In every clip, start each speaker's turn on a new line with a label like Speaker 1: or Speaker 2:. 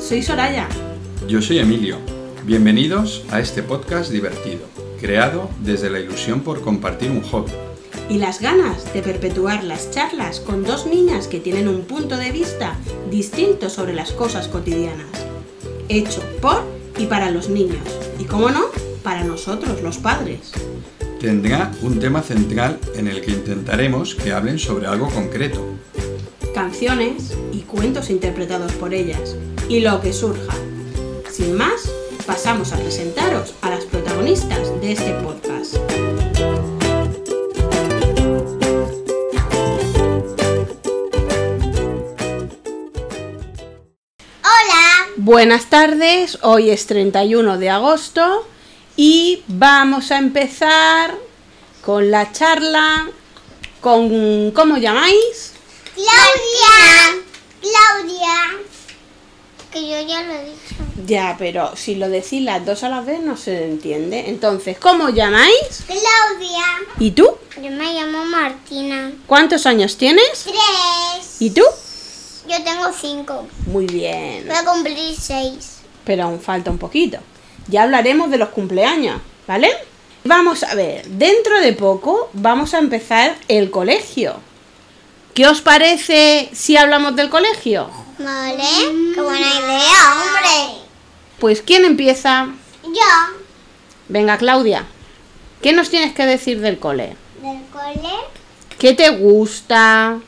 Speaker 1: Soy Soraya.
Speaker 2: Yo soy Emilio. Bienvenidos a este podcast divertido, creado desde la ilusión por compartir un hobby.
Speaker 1: Y las ganas de perpetuar las charlas con dos niñas que tienen un punto de vista distinto sobre las cosas cotidianas. Hecho por y para los niños. Y cómo no, para nosotros, los padres.
Speaker 2: Tendrá un tema central en el que intentaremos que hablen sobre algo concreto.
Speaker 1: Canciones y cuentos interpretados por ellas. Y lo que surja. Sin más, pasamos a presentaros a las protagonistas de este podcast.
Speaker 3: Hola,
Speaker 1: Buenas tardes, hoy es 31 de agosto y vamos a empezar con la charla con ¿cómo llamáis?
Speaker 3: Claudia. Claudia. Que yo ya lo he dicho.
Speaker 1: Ya, pero si lo decís las dos a la vez no se entiende. Entonces, ¿cómo llamáis?
Speaker 3: Claudia.
Speaker 1: ¿Y tú?
Speaker 3: Yo me llamo Martina.
Speaker 1: ¿Cuántos años tienes?
Speaker 3: Tres.
Speaker 1: ¿Y tú?
Speaker 3: Yo tengo cinco.
Speaker 1: Muy bien.
Speaker 3: Voy a cumplir seis.
Speaker 1: pero aún falta un poquito. Ya hablaremos de los cumpleaños, ¿vale? Vamos a ver, dentro de poco vamos a empezar el colegio. ¿Qué os parece si hablamos del colegio?
Speaker 3: Vale. Qué buena idea, hombre.
Speaker 1: Pues ¿quién empieza?
Speaker 3: Yo.
Speaker 1: Venga, Claudia. ¿Qué nos tienes que decir del cole?
Speaker 3: Del cole.
Speaker 1: ¿Qué te gusta?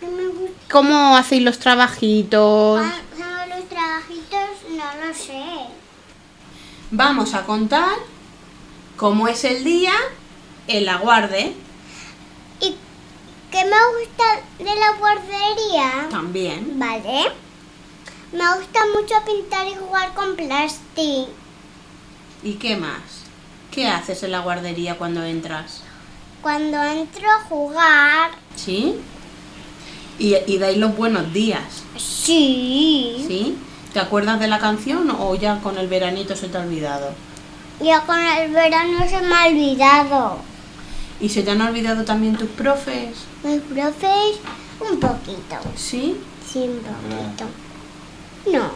Speaker 3: Que me gusta. Ah.
Speaker 1: ¿Cómo hacéis los trabajitos?
Speaker 3: los trabajitos? No lo sé.
Speaker 1: Vamos a contar cómo es el día en la guarde
Speaker 3: ¿Y qué me gusta de la guardería?
Speaker 1: también.
Speaker 3: Vale. Me gusta mucho pintar y jugar con plástico.
Speaker 1: ¿Y qué más? ¿Qué haces en la guardería cuando entras?
Speaker 3: Cuando entro a jugar,
Speaker 1: ¿Sí? Y, y dais los buenos días,
Speaker 3: sí.
Speaker 1: ¿sí? ¿Te acuerdas de la canción o ya con el veranito se te ha olvidado?
Speaker 3: Ya con el verano se me ha olvidado.
Speaker 1: ¿Y se te han olvidado también tus profes?
Speaker 3: Mis profes, un poquito.
Speaker 1: ¿Sí?
Speaker 3: Sí, un poquito. No.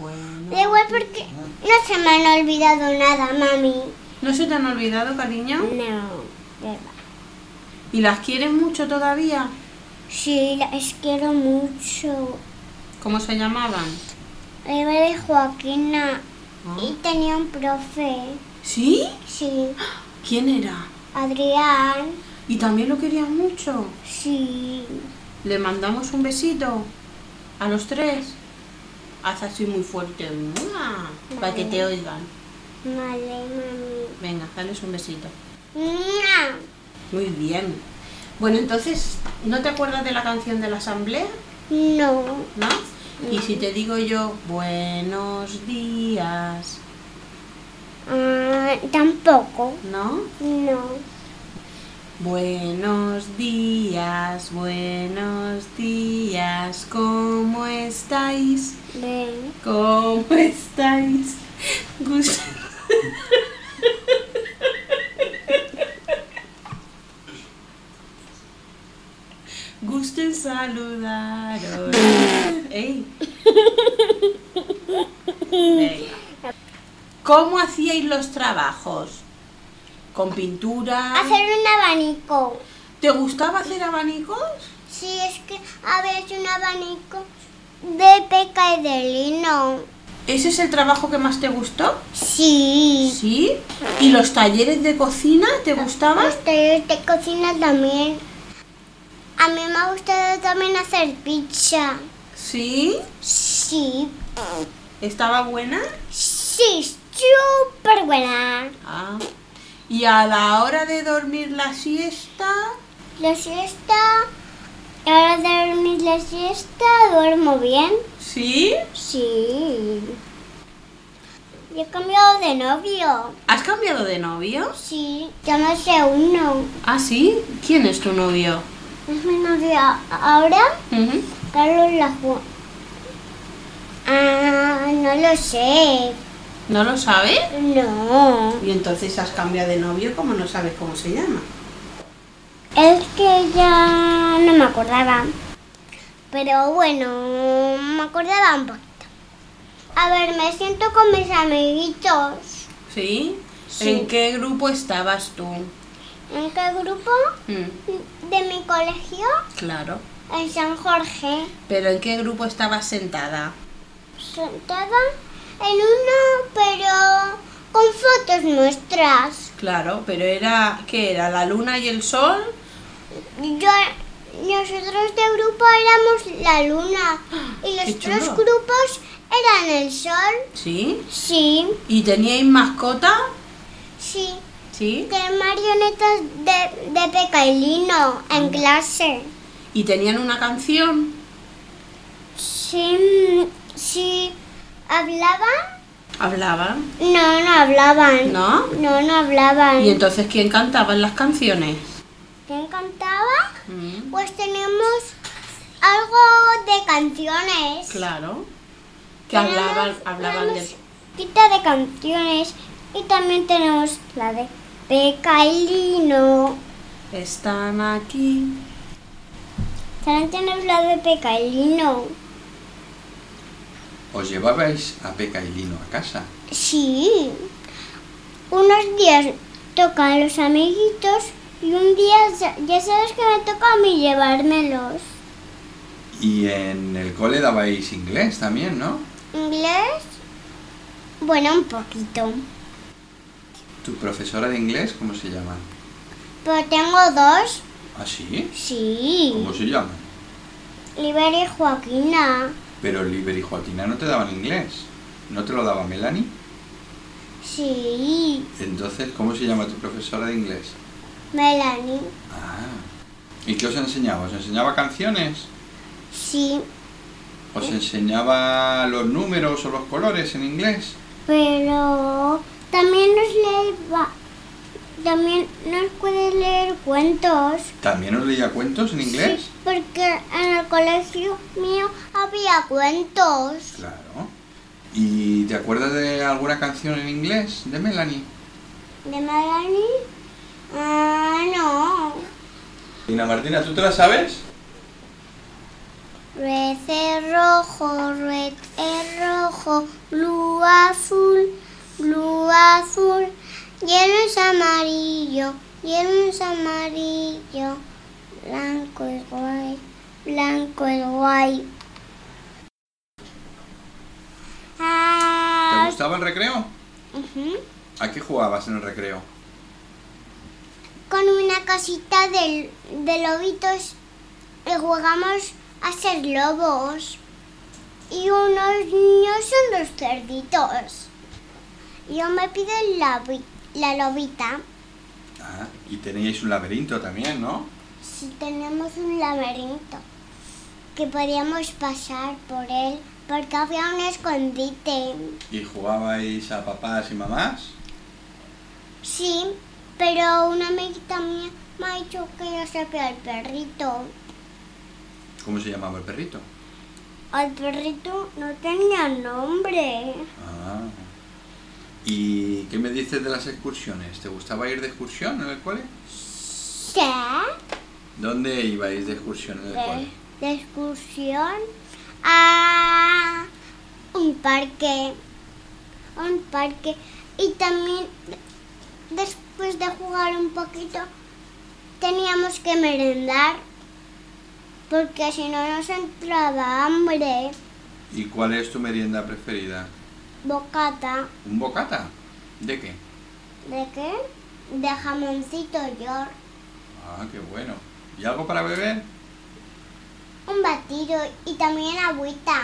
Speaker 1: Bueno.
Speaker 3: Da igual porque no se me han olvidado nada, mami.
Speaker 1: ¿No se te han olvidado, cariño?
Speaker 3: No, verdad.
Speaker 1: ¿Y las quieres mucho todavía?
Speaker 3: Sí, las quiero mucho.
Speaker 1: ¿Cómo se llamaban?
Speaker 3: Eva de Joaquina.
Speaker 1: Ah.
Speaker 3: Y tenía un profe.
Speaker 1: ¿Sí?
Speaker 3: Sí.
Speaker 1: ¿Quién era?
Speaker 3: Adrián,
Speaker 1: ¿Y también lo querías mucho?
Speaker 3: sí.
Speaker 1: Le mandamos un besito a los tres. Haz así muy fuerte. ¡mua! Para que te oigan.
Speaker 3: Vale, mami.
Speaker 1: Venga, dales un besito.
Speaker 3: ¡Mua!
Speaker 1: Muy bien. Bueno, entonces, ¿no te acuerdas de la canción de la asamblea?
Speaker 3: No.
Speaker 1: ¿No? Y si te digo yo, buenos días,
Speaker 3: Ah, tampoco.
Speaker 1: ¿no?
Speaker 3: No.
Speaker 1: Buenos días, buenos días, ¿cómo estáis?
Speaker 3: Ven.
Speaker 1: ¿Cómo estáis? Gus- Gusto en saludaros. Ey. Venga. ¿Cómo hacíais los trabajos? ¿Con pintura?
Speaker 3: Hacer un abanico.
Speaker 1: ¿Te gustaba hacer abanicos?
Speaker 3: Sí, es que a veces un abanico de peca y de lino.
Speaker 1: ¿Ese es el trabajo que más te gustó?
Speaker 3: Sí.
Speaker 1: ¿Sí? ¿Y los talleres de cocina te gustaban?
Speaker 3: Ustedes de cocina también. A mí me ha gustado también hacer pizza.
Speaker 1: ¿Sí?
Speaker 3: Sí.
Speaker 1: ¿Estaba buena?
Speaker 3: Sí, súper buena.
Speaker 1: Ah. Y a la hora de dormir la siesta,
Speaker 3: La siesta. Ahora de dormir la siesta, duermo bien.
Speaker 1: ¿sí?
Speaker 3: Sí. Yo he cambiado de novio.
Speaker 1: ¿Has cambiado de novio?
Speaker 3: Sí, ya no sé uno.
Speaker 1: Ah, sí. ¿Quién es tu novio?
Speaker 3: Es mi novio a- ahora,
Speaker 1: Ujú.
Speaker 3: Carlos Lajo. Ah, no lo sé.
Speaker 1: ¿No lo sabes?
Speaker 3: No.
Speaker 1: Y entonces has cambiado de novio como no sabes cómo se llama.
Speaker 3: Es que ya no me acordaba. Pero bueno, me acordaba un poquito. A ver, me siento con mis amiguitos.
Speaker 1: ¿Sí?
Speaker 3: Sí.
Speaker 1: ¿En qué grupo estabas tú?
Speaker 3: ¿En qué grupo?
Speaker 1: Mm,
Speaker 3: De mi colegio,
Speaker 1: claro.
Speaker 3: en San Jorge.
Speaker 1: ¿Pero en qué grupo estabas sentada?
Speaker 3: Sentada en uno, pero con fotos nuestras.
Speaker 1: Claro, pero era, ¿qué era? ¿La luna y el sol?
Speaker 3: Yo, nosotros de grupo éramos la luna y los
Speaker 1: qué
Speaker 3: otros
Speaker 1: chulo.
Speaker 3: grupos eran el sol.
Speaker 1: ¿Sí?
Speaker 3: Sí,
Speaker 1: ¿Y teníais mascota?
Speaker 3: sí.
Speaker 1: ¿Sí?
Speaker 3: De marionetas de, de Peca y Lino
Speaker 1: Mm.
Speaker 3: en clase.
Speaker 1: ¿Y tenían una canción?
Speaker 3: Sí, sí. ¿Hablaban?
Speaker 1: ¿Hablaban?
Speaker 3: No, no hablaban.
Speaker 1: ¿No?
Speaker 3: No, no hablaban.
Speaker 1: ¿Y entonces quién cantaba las canciones?
Speaker 3: ¿Quién cantaba?
Speaker 1: Mm,
Speaker 3: Pues tenemos algo de canciones.
Speaker 1: claro. Que hablaban, hablaban de...
Speaker 3: Quita de canciones y también tenemos la de Peca y Lino.
Speaker 1: Están aquí.
Speaker 3: También tenemos la de Peca y Lino.
Speaker 2: ¿Os llevabais a Peca y Lino a casa?
Speaker 3: Sí. Unos días tocan los amiguitos y un día ya- ya sabes que me toca a mí llevármelos.
Speaker 2: Y en el cole dabais inglés también, ¿no?
Speaker 3: ¿Inglés? Bueno, un poquito.
Speaker 2: ¿Tu profesora de inglés cómo se llama?
Speaker 3: Pero tengo dos.
Speaker 2: ¿Ah, sí?
Speaker 3: Sí.
Speaker 2: ¿Cómo se llama?
Speaker 3: Liber y Joaquina.
Speaker 2: Pero Liber y Joaquina no te daban inglés. ¿No te lo daba Melanie?
Speaker 3: Sí.
Speaker 2: Entonces, ¿cómo se llama tu profesora de inglés?
Speaker 3: Melanie.
Speaker 2: Ah. ¿Y qué os enseñaba? ¿Os enseñaba canciones?
Speaker 3: Sí.
Speaker 2: ¿Os enseñaba los números o los colores en inglés?
Speaker 3: Pero también nos lee... va- También nos puede leer cuentos.
Speaker 2: ¿También os leía cuentos en inglés?
Speaker 3: Sí, porque en el colegio mío había cuentos.
Speaker 2: Claro. ¿Y te acuerdas de alguna canción en inglés de Melanie?
Speaker 3: ¿De Melanie? Ah, no.
Speaker 2: Dina Martina, ¿tú te la sabes?
Speaker 3: Red es rojo, red es rojo, blue azul, blue azul, hielo es amarillo, hielo es amarillo, blanco es guay, blanco es guay.
Speaker 2: ¿Te
Speaker 3: Ah,
Speaker 2: gustaba el recreo?
Speaker 3: ujú.
Speaker 2: ¿A qué jugabas en el recreo?
Speaker 3: con una casita de, de lobitos y jugamos a ser lobos. Y unos niños son los cerditos. Yo me pido la, vi- la lobita.
Speaker 2: Ah, y teníais un laberinto también, ¿no?
Speaker 3: Si tenemos un laberinto que podíamos pasar por él porque había un escondite.
Speaker 2: ¿Y jugabais a papás y mamás?
Speaker 3: Sí, pero una amiguita mía me ha dicho que yo sabía al perrito.
Speaker 2: ¿Cómo se llamaba el perrito?
Speaker 3: Al perrito no tenía nombre.
Speaker 2: Ah. ¿Y qué me dices de las excursiones? ¿Te gustaba ir de excursión en el cole?
Speaker 3: ¿Qué?
Speaker 2: ¿Dónde ibais de excursión en el
Speaker 3: De,
Speaker 2: cole?
Speaker 3: de excursión a un parque. A un parque. Y también después de jugar un poquito teníamos que merendar. Porque si no nos entraba hambre.
Speaker 2: ¿Y cuál es tu merienda preferida?
Speaker 3: Bocata.
Speaker 2: ¿Un bocata? ¿De qué?
Speaker 3: ¿De qué? De jamoncito york.
Speaker 2: Ah, qué bueno. ¿Y algo para beber?
Speaker 3: Un batido y también agüita.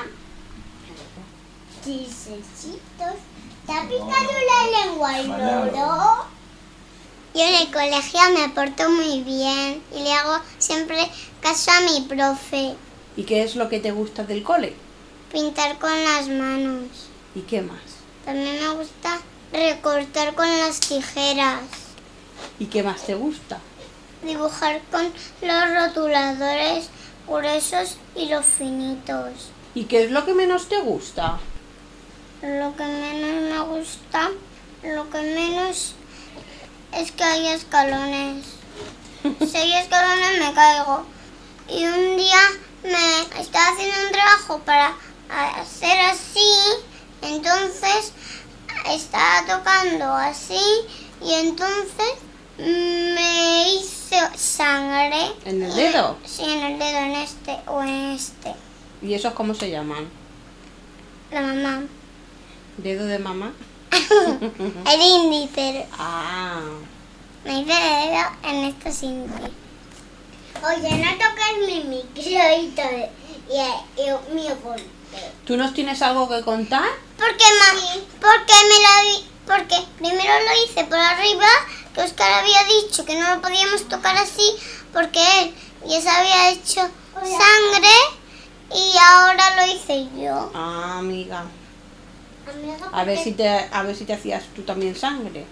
Speaker 3: Chisecitos. ¿Te ha picado la lengua el
Speaker 2: Malado.
Speaker 3: loro? Yo en el colegio me porto muy bien y le hago siempre caso a mi profe.
Speaker 1: ¿Y qué es lo que te gusta del cole?
Speaker 3: Pintar con las manos.
Speaker 1: ¿Y qué más?
Speaker 3: También me gusta recortar con las tijeras.
Speaker 1: ¿Y qué más te gusta?
Speaker 3: Dibujar con los rotuladores gruesos y los finitos.
Speaker 1: ¿Y qué es lo que menos te gusta?
Speaker 3: Lo que menos me gusta, lo que menos es que hay escalones. Si hay escalones me caigo. Y un día me estaba haciendo un trabajo para hacer así, entonces estaba tocando así y entonces me hizo sangre.
Speaker 1: ¿En el dedo?
Speaker 3: Sí, en el dedo, en este o en este.
Speaker 1: ¿Y esos cómo se llaman?
Speaker 3: La mamá.
Speaker 1: ¿Dedo de mamá?
Speaker 3: El índice.
Speaker 1: Ah,
Speaker 3: Me hice el dedo en estos índices. Oye, no toques mi micro y todo. Y, y mi golpe.
Speaker 1: ¿tú nos tienes algo que contar?
Speaker 3: Porque ma, porque me lo vi, porque primero lo hice por arriba, pues que Oscar había dicho que no lo podíamos tocar así, porque él ya se había hecho sangre y ahora lo hice yo.
Speaker 1: Ah, amiga. A ver si te, a ver si te hacías tú también sangre.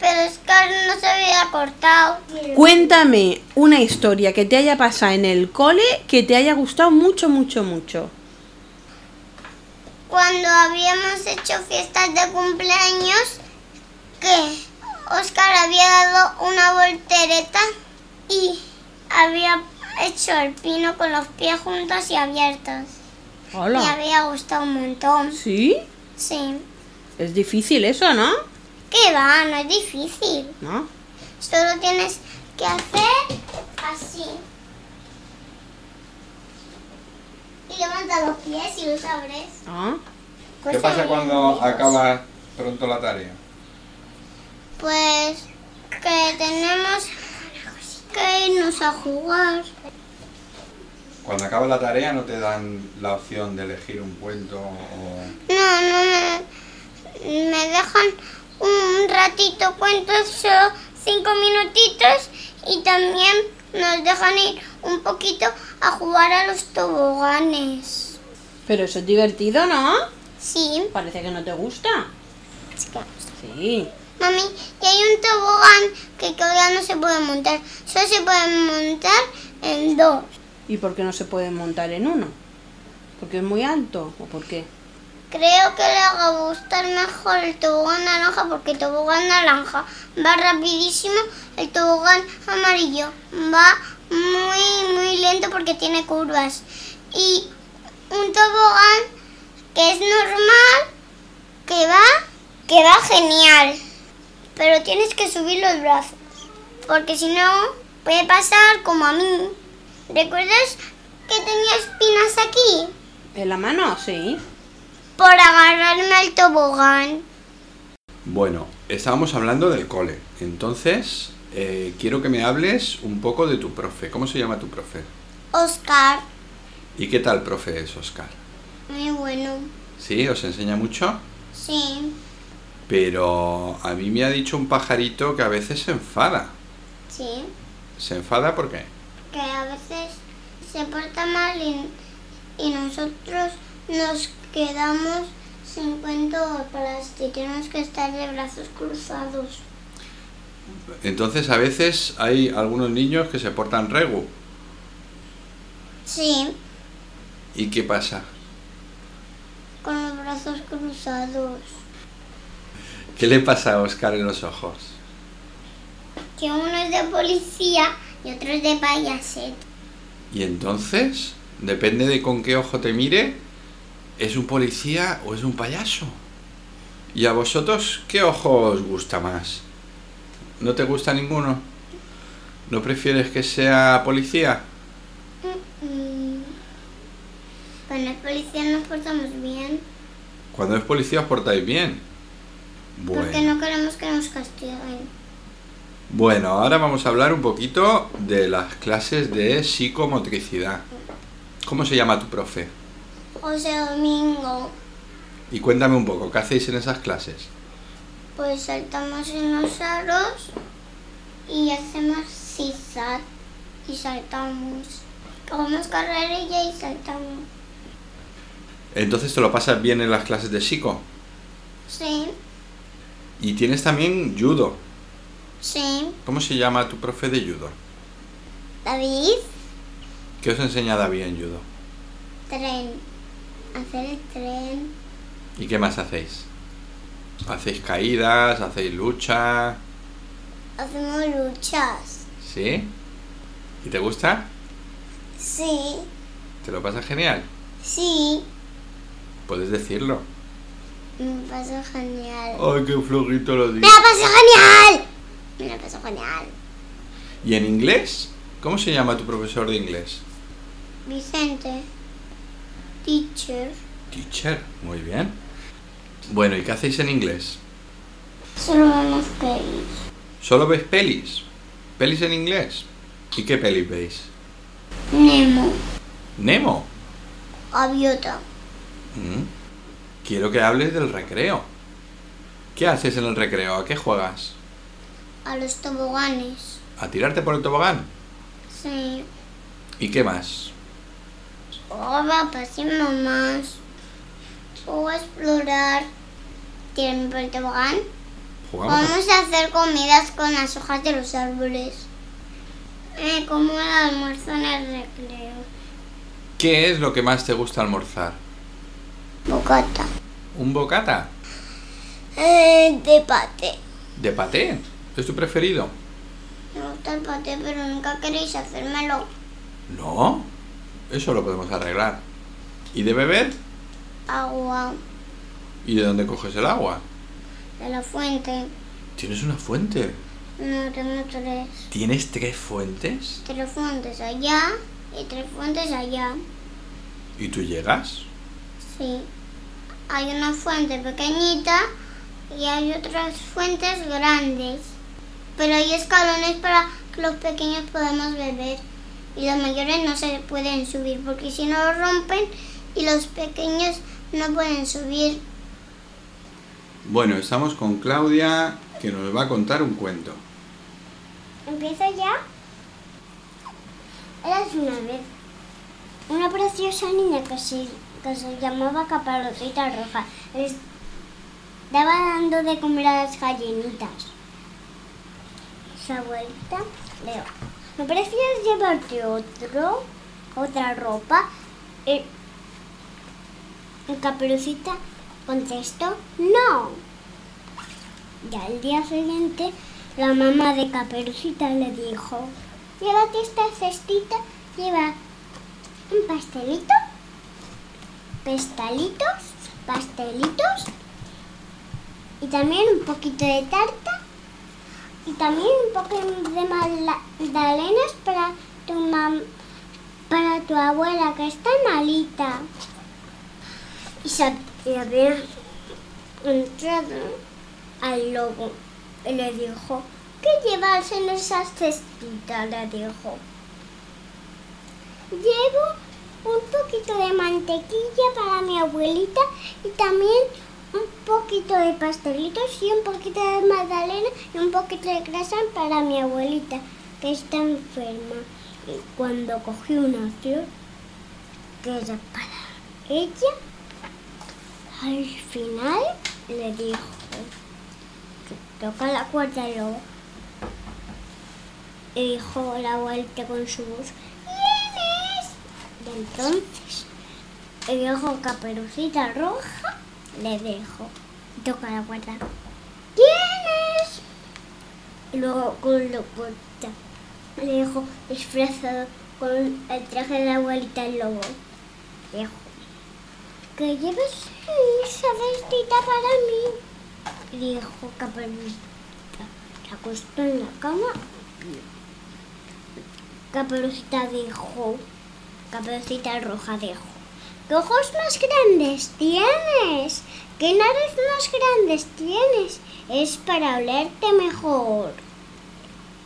Speaker 3: Pero Oscar no se había cortado.
Speaker 1: Cuéntame una historia que te haya pasado en el cole que te haya gustado mucho, mucho, mucho.
Speaker 3: Cuando habíamos hecho fiestas de cumpleaños, que Oscar había dado una voltereta y había hecho el pino con los pies juntos y abiertos. Me había gustado un montón.
Speaker 1: ¿Sí?
Speaker 3: Sí.
Speaker 1: Es difícil eso, ¿no?
Speaker 3: Que va, no es difícil.
Speaker 1: ¿No?
Speaker 3: Solo tienes que hacer así. Y levanta los pies y los abres.
Speaker 1: Ah,
Speaker 2: ¿Qué pasa cuando acaba pronto la tarea?
Speaker 3: Pues que tenemos que irnos a jugar.
Speaker 2: Cuando acaba la tarea no te dan la opción de elegir un cuento o...
Speaker 3: No, no me, me dejan un ratito, cuentos solo cinco minutitos y también nos dejan ir un poquito a jugar a los toboganes.
Speaker 1: pero eso es divertido, ¿no?
Speaker 3: Sí,
Speaker 1: Parece que no te gusta.
Speaker 3: es que-
Speaker 1: Sí.
Speaker 3: mami, y hay un tobogán que todavía no se puede montar, solo se pueden montar en dos.
Speaker 1: ¿Y por qué no se puede montar en uno? ¿Porque es muy alto o por qué?
Speaker 3: Creo que le va a gustar mejor el tobogán naranja porque el tobogán naranja va rapidísimo, el tobogán amarillo va muy muy lento porque tiene curvas y un tobogán que es normal, que va, que va genial, pero tienes que subir los brazos porque si no puede pasar como a mí. ¿Recuerdas que tenía espinas aquí?
Speaker 1: ¿En la mano? Sí.
Speaker 3: por agarrarme al tobogán.
Speaker 2: Bueno, estábamos hablando del cole. Entonces, eh, quiero que me hables un poco de tu profe. ¿Cómo se llama tu profe?
Speaker 3: Oscar,
Speaker 2: ¿Y qué tal profe es Oscar?
Speaker 3: muy bueno.
Speaker 2: Sí, os enseña mucho,
Speaker 3: Sí,
Speaker 2: pero a mí me ha dicho un pajarito que a veces se enfada.
Speaker 3: sí.
Speaker 2: ¿Se enfada por qué?
Speaker 3: Que a veces se porta mal y, y nosotros nos quedamos sin cuento para si tenemos que estar de brazos cruzados.
Speaker 2: Entonces, a veces hay algunos niños que se portan regu.
Speaker 3: Sí,
Speaker 2: ¿Y qué pasa?
Speaker 3: con los brazos cruzados.
Speaker 2: ¿Qué le pasa a Oscar en los ojos?
Speaker 3: Que uno es de policía y otro es de payasete.
Speaker 2: Y entonces, depende de con qué ojo te mire, ¿es un policía o es un payaso? ¿Y a vosotros qué ojo os gusta más? ¿No te gusta ninguno? ¿No prefieres que sea policía?
Speaker 3: Mm. Con los policías nos portamos bien.
Speaker 2: Cuando es policía os portáis bien.
Speaker 3: Porque
Speaker 2: Bueno.
Speaker 3: no queremos que nos castiguen.
Speaker 2: bueno, ahora vamos a hablar un poquito de las clases de psicomotricidad. ¿Cómo se llama tu profe?
Speaker 3: José Domingo,
Speaker 2: Y cuéntame un poco, ¿qué hacéis en esas clases?
Speaker 3: pues saltamos en los aros y hacemos zigzag y saltamos. Cogemos carrerilla y saltamos.
Speaker 2: Entonces te lo pasas bien en las clases de psico.
Speaker 3: Sí,
Speaker 2: Y tienes también judo.
Speaker 3: sí.
Speaker 2: ¿Cómo se llama tu profe de judo?
Speaker 3: David,
Speaker 2: ¿Qué os enseña David en judo?
Speaker 3: tren. Hacer el tren.
Speaker 2: ¿Y qué más hacéis? ¿Hacéis caídas? ¿Hacéis lucha?
Speaker 3: Hacemos luchas.
Speaker 2: ¿Sí? ¿Y te gusta?
Speaker 3: Sí,
Speaker 2: ¿Te lo pasas genial?
Speaker 3: Sí,
Speaker 2: Puedes decirlo.
Speaker 3: me pasó genial.
Speaker 2: Ay, qué flojito lo
Speaker 3: ¡Me
Speaker 2: digo.
Speaker 3: la pasó genial! Me la pasó genial.
Speaker 2: ¿Y en inglés? ¿Cómo se llama tu profesor de inglés?
Speaker 3: Vicente, teacher.
Speaker 2: Teacher. Muy bien. Bueno, ¿y qué hacéis en inglés?
Speaker 3: Solo vemos pelis.
Speaker 2: ¿Solo veis pelis? ¿Pelis en inglés? ¿Y qué pelis veis?
Speaker 3: Nemo,
Speaker 2: Nemo.
Speaker 3: gaviota.
Speaker 2: Mm. Quiero que hables del recreo. ¿Qué haces en el recreo? ¿A qué juegas?
Speaker 3: A los toboganes.
Speaker 2: ¿A tirarte por el tobogán?
Speaker 3: Sí.
Speaker 2: ¿Y qué más?
Speaker 3: O papás y mamás. O explorar. ¿Quieren ver el tobogán?
Speaker 2: ¿Jugamos? a-
Speaker 3: Vamos a hacer comidas con las hojas de los árboles. Me como el almuerzo en el recreo.
Speaker 2: ¿Qué es lo que más te gusta almorzar?
Speaker 3: Bocata. Eh,
Speaker 2: ¿Un bocata?
Speaker 3: de pate.
Speaker 2: ¿De paté? ¿Es tu preferido?
Speaker 3: Me gusta el pate, pero nunca queréis hacérmelo.
Speaker 2: No. Eso lo podemos arreglar. ¿Y de beber?
Speaker 3: Agua
Speaker 2: ¿Y de dónde coges el agua?
Speaker 3: de la fuente.
Speaker 2: Tienes una fuente.
Speaker 3: No tengo tres.
Speaker 2: ¿Tienes tres fuentes?
Speaker 3: Tres fuentes allá y tres fuentes allá.
Speaker 2: ¿Y tú llegas?
Speaker 3: Sí. Hay una fuente pequeñita y hay otras fuentes grandes. Pero hay escalones para que los pequeños podamos beber. Y los mayores no se pueden subir porque si no lo rompen y los pequeños no pueden subir.
Speaker 2: Bueno, estamos con Claudia que nos va a contar un cuento.
Speaker 3: ¿Empieza ya? Era una vez una preciosa niña que se, que se llamaba Caparucita Roja. Es- Estaba dando de comer a las gallinitas. Su abuelita Leo. ¿Me parecías llevarte otro, otra ropa? Eh, y Caperucita contestó, no. Y al día siguiente, la mamá de Caperucita le dijo: Llévate esta cestita, lleva un pastelito, pestalitos, pastelitos, y también un poquito de tarta, y también un poco de magdalenas para tu mam- para tu abuela que está malita. Y se y había entrado al lobo y le dijo, ¿qué llevas en esas cestitas? Le dijo. Llevo un poquito de mantequilla para mi abuelita y también un poquito de pastelitos y un poquito de magdalena y un poquito de grasa para mi abuelita que está enferma. Y cuando cogí una flor que era para ella, al final le dijo, toca la cuerda y luego y dijo la vuelta con su voz ¿Quién es? Y entonces el viejo caperucita roja le dijo toca la cuerda ¿Quién es? Y luego con la cuerda le dijo disfrazado con el traje de la abuelita el lobo dijo que llevas esa vestita para mí dijo Caperucita. Se acostó en la cama. Caperucita dijo, Caperucita Roja dijo, ¿qué ojos más grandes tienes? ¿Qué nariz más grandes tienes? Es para olerte mejor.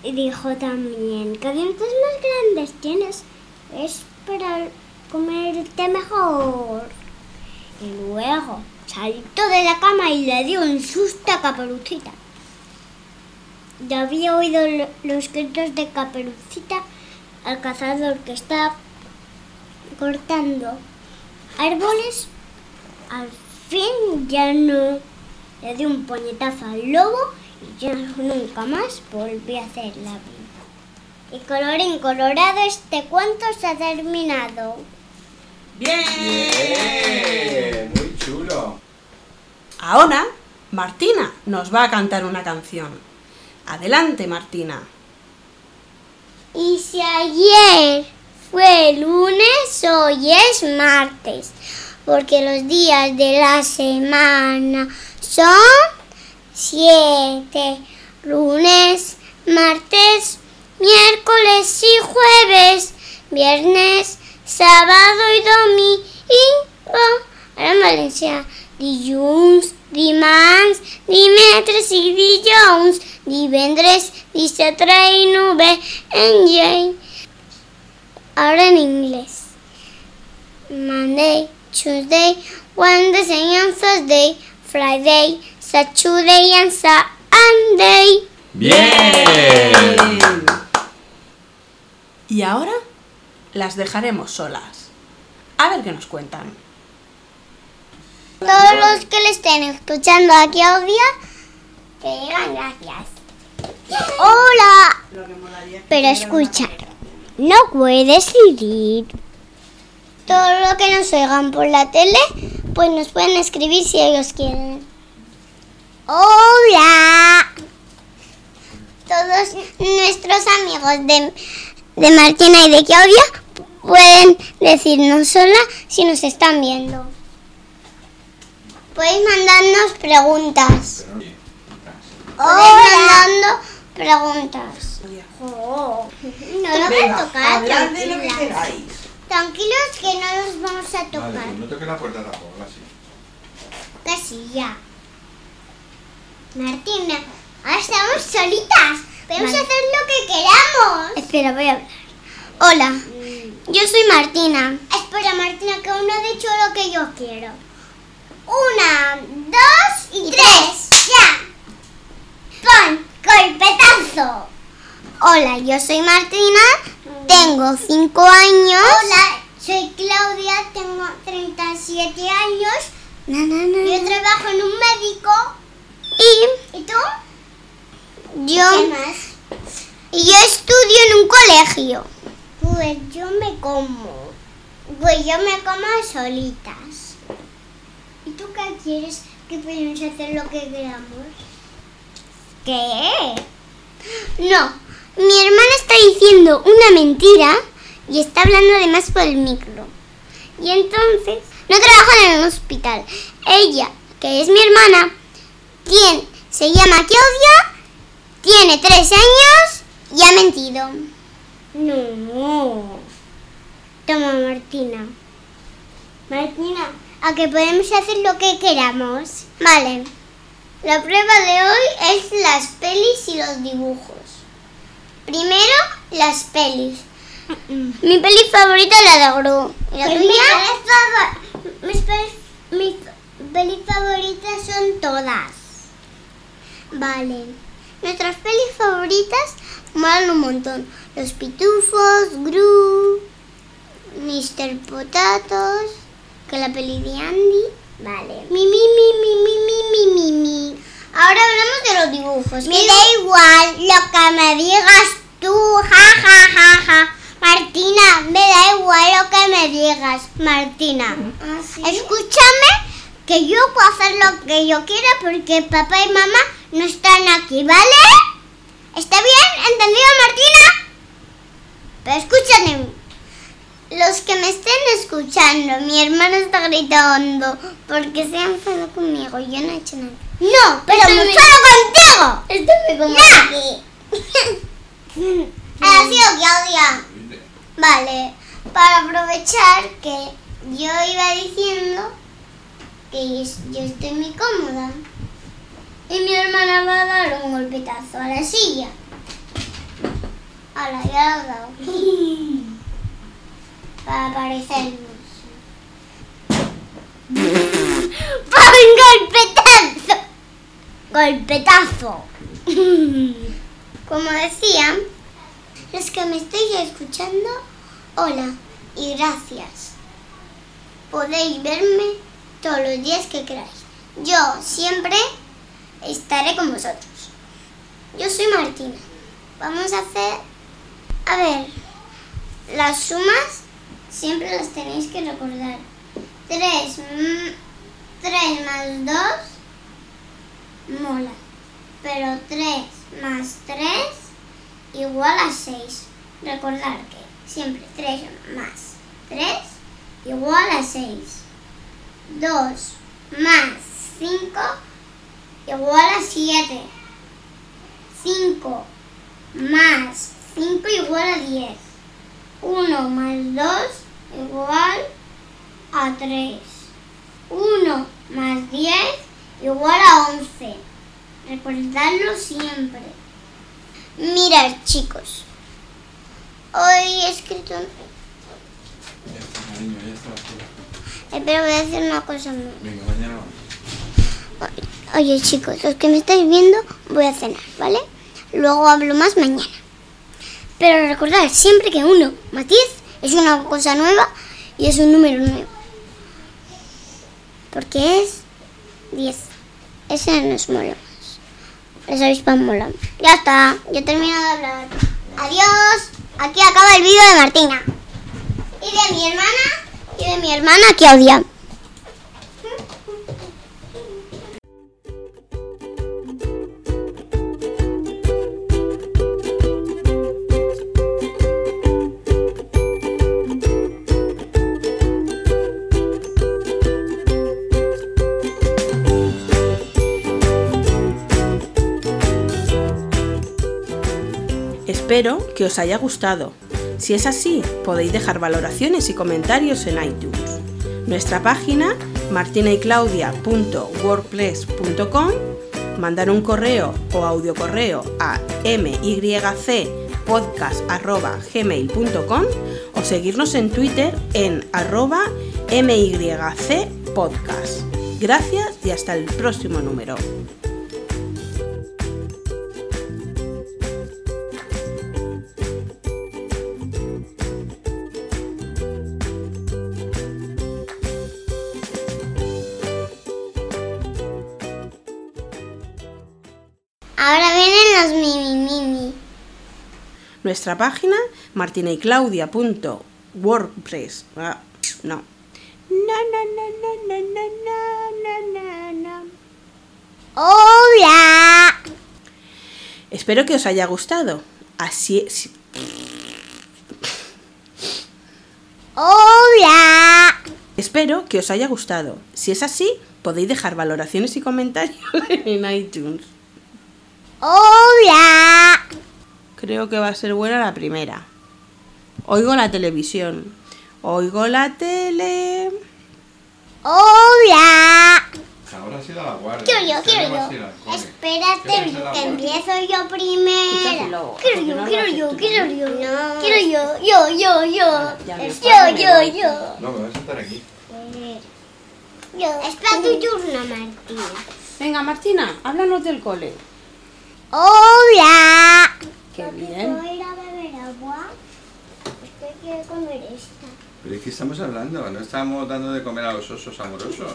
Speaker 3: Y dijo también, ¿qué dientes más grandes tienes? Es para comerte mejor. Y luego saltó de la cama y le dio un susto a Caperucita. Ya había oído lo- los gritos de Caperucita al cazador que estaba cortando árboles. Al fin ya no le dio un puñetazo al lobo y ya nunca más volvió a hacer la vida. Y colorín colorado, este cuento se ha terminado.
Speaker 2: ¡Bien! ¡Eh! Muy chulo.
Speaker 1: Ahora, Martina nos va a cantar una canción. Adelante, Martina.
Speaker 3: Y si ayer fue lunes, hoy es martes, porque los días de la semana son siete. Lunes, martes, miércoles y jueves, viernes, sábado y domingo. Ahora en Valencia, dilluns, dimans, dimecres i dilluns, divendres, dissabte i nove, en llei. Ahora en inglés. Monday, Tuesday, Wednesday and Thursday, Friday, Saturday and Sunday.
Speaker 2: ¡Bien!
Speaker 1: Y ahora las dejaremos solas. A ver qué nos cuentan.
Speaker 3: Todos los que le estén escuchando aquí audio, te digan gracias. Hola. Pero escuchar. No puedes ir. Todo lo que nos oigan por la tele, pues nos pueden escribir si ellos quieren. Hola. Todos nuestros amigos de, de Martina y de Claudia pueden decirnos hola si nos están viendo. Podéis mandarnos preguntas. Hola. Podéis mandando preguntas. Oh, No nos va a tocar.
Speaker 4: Hablad de lo que
Speaker 3: tranquilas.
Speaker 4: queráis.
Speaker 3: Tranquilos que no nos vamos a tocar.
Speaker 2: Vale, pues no toques la puerta tampoco, así.
Speaker 3: Casi ya. Martina, ahora estamos solitas. Podemos hacer lo que queramos. Espera, voy a hablar. Hola, yo soy Martina. Espera, Martina, que uno ha dicho lo que yo quiero. Una, dos y, tres. ¡Ya! ¡Pon golpetazo! Hola, yo soy Martina, tengo 5 años. Hola, soy Claudia, tengo 37 años. Yo trabajo en un médico. ¿Y? ¿Y tú? Yo. Y yo estudio en un colegio. Pues yo me como. Pues yo me como solitas. ¿Y tú qué quieres que podemos hacer lo que queramos? ¿Qué? No, mi hermana está diciendo una mentira y está hablando además por el micro. Y entonces, no trabajan en un hospital. Ella, que es mi hermana, tiene, se llama Claudia, tiene tres años y ha mentido. No. Toma, Martina. Martina, a que podemos hacer lo que queramos. Vale. La prueba de hoy es las pelis y los dibujos. Primero, las pelis. Mi peli favorita es la de Gru. ¿Y la tuya? Mis pelis, favoritas son todas. Vale. Nuestras pelis favoritas molan un montón. Los pitufos, Gru, Mr. Potatos, que la peli de Andy. Vale. Mi, mi, mi, mi, mi, mi, mi, mi, mi. Ahora hablamos de los dibujos. Me da igual lo que me digas tú, ja, ja, ja, ja. Martina, me da igual lo que me digas, Martina. Ah, Escúchame, que yo puedo hacer lo que yo quiera porque papá y mamá no están aquí, ¿vale? ¿Está bien? ¿Entendido, Martina? Pero escúchame. Los que me estén escuchando, mi hermano está gritando porque se ha enfadado conmigo. Yo no he hecho nada. No, pero me enfado contigo. Esto me aquí. ha sido Claudia. Vale, para aprovechar que yo iba diciendo que es- yo estoy muy cómoda. Y mi hermana va a dar un golpetazo a la silla. Ahora ya lo he dado. Para parecernos. ¡Pon golpetazo! ¡Golpetazo! Como decía, los que me estéis escuchando, hola y gracias. Podéis verme todos los días que queráis. Yo siempre estaré con vosotros. Yo soy Martina. Vamos a hacer, a ver, las sumas siempre las tenéis que recordar. 3, 3 más 2 mola, pero 3 más 3 igual a 6. Recordar que siempre 3 más 3 igual a 6. 2 más 5 igual a 7. 5 más 5 igual a 10. 1 más 2 igual a 3. 1 más 10 igual a 11. Recordadlo siempre. Mirad chicos, hoy he escrito un...
Speaker 2: Ya está, cariño, ya está la escuela.
Speaker 3: Eh, Pero voy a hacer una cosa más.
Speaker 2: Venga, mañana vamos.
Speaker 3: Oye chicos, los que me estáis viendo, voy a cenar, ¿vale? Luego hablo más mañana. Pero recordad siempre que uno matiz es una cosa nueva y es un número nuevo. Porque es 10. Ese nos mola más. Los avispas molan. Ya está, ya he terminado de hablar. Adiós. Aquí acaba el vídeo de Martina. Y de mi hermana. Y de mi hermana Claudia.
Speaker 1: Espero que os haya gustado. Si es así, podéis dejar valoraciones y comentarios en iTunes. Nuestra página martinayclaudia.wordpress.com, mandar un correo o audiocorreo a mycpodcast.gmail.com o seguirnos en Twitter en arroba mycpodcast. Gracias y hasta el próximo número.
Speaker 3: Ahora vienen los mimi mimi.
Speaker 1: Nuestra página martinayclaudia.wordpress. ah, no. Na, na, na, na, na, na, na, na, na.
Speaker 3: Hola.
Speaker 1: Espero que os haya gustado. Así es.
Speaker 3: Hola.
Speaker 1: Espero que os haya gustado. Si es así, podéis dejar valoraciones y comentarios en iTunes.
Speaker 3: Hola.
Speaker 1: Creo que va a ser buena la primera. Oigo la televisión. Oigo la tele.
Speaker 3: Hola.
Speaker 2: Ahora sí da la guardia.
Speaker 3: Quiero yo,
Speaker 2: Usted
Speaker 3: quiero
Speaker 2: no va a ir al
Speaker 3: yo.
Speaker 2: cole.
Speaker 3: Espérate,
Speaker 2: Quiero
Speaker 3: que
Speaker 2: que
Speaker 3: empiezo yo
Speaker 1: Escucha,
Speaker 3: primero.
Speaker 1: Lobo,
Speaker 3: Quiero
Speaker 1: porque
Speaker 3: yo,
Speaker 1: no lo
Speaker 3: quiero
Speaker 1: haces
Speaker 3: yo,
Speaker 1: tú.
Speaker 3: quiero yo. Quiero yo, yo, yo, yo.
Speaker 1: Ya me
Speaker 3: Yo,
Speaker 1: paro, me
Speaker 3: yo,
Speaker 1: voy.
Speaker 3: yo.
Speaker 2: No, me vas a estar aquí.
Speaker 3: Yo. Espera tu turno, Martina.
Speaker 1: Venga, Martina, háblanos del cole.
Speaker 3: Hola.
Speaker 1: Qué bien.
Speaker 3: ir a beber agua. Usted quiere comer esta.
Speaker 2: Pero es que estamos hablando, no estamos dando de comer a los osos amorosos.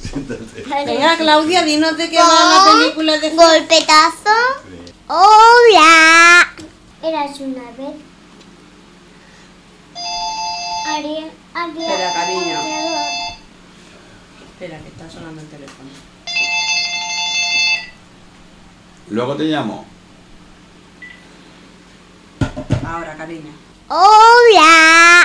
Speaker 2: Siéntate.
Speaker 1: Venga, Claudia, dinos de qué va la película de
Speaker 3: Golpetazo.
Speaker 2: Sí.
Speaker 3: Hola. Eras una vez. Ariel, Ariel.
Speaker 1: Espera, cariño. Espera, que está sonando el teléfono.
Speaker 2: Luego te llamo.
Speaker 1: Ahora, cariño.
Speaker 3: Hola.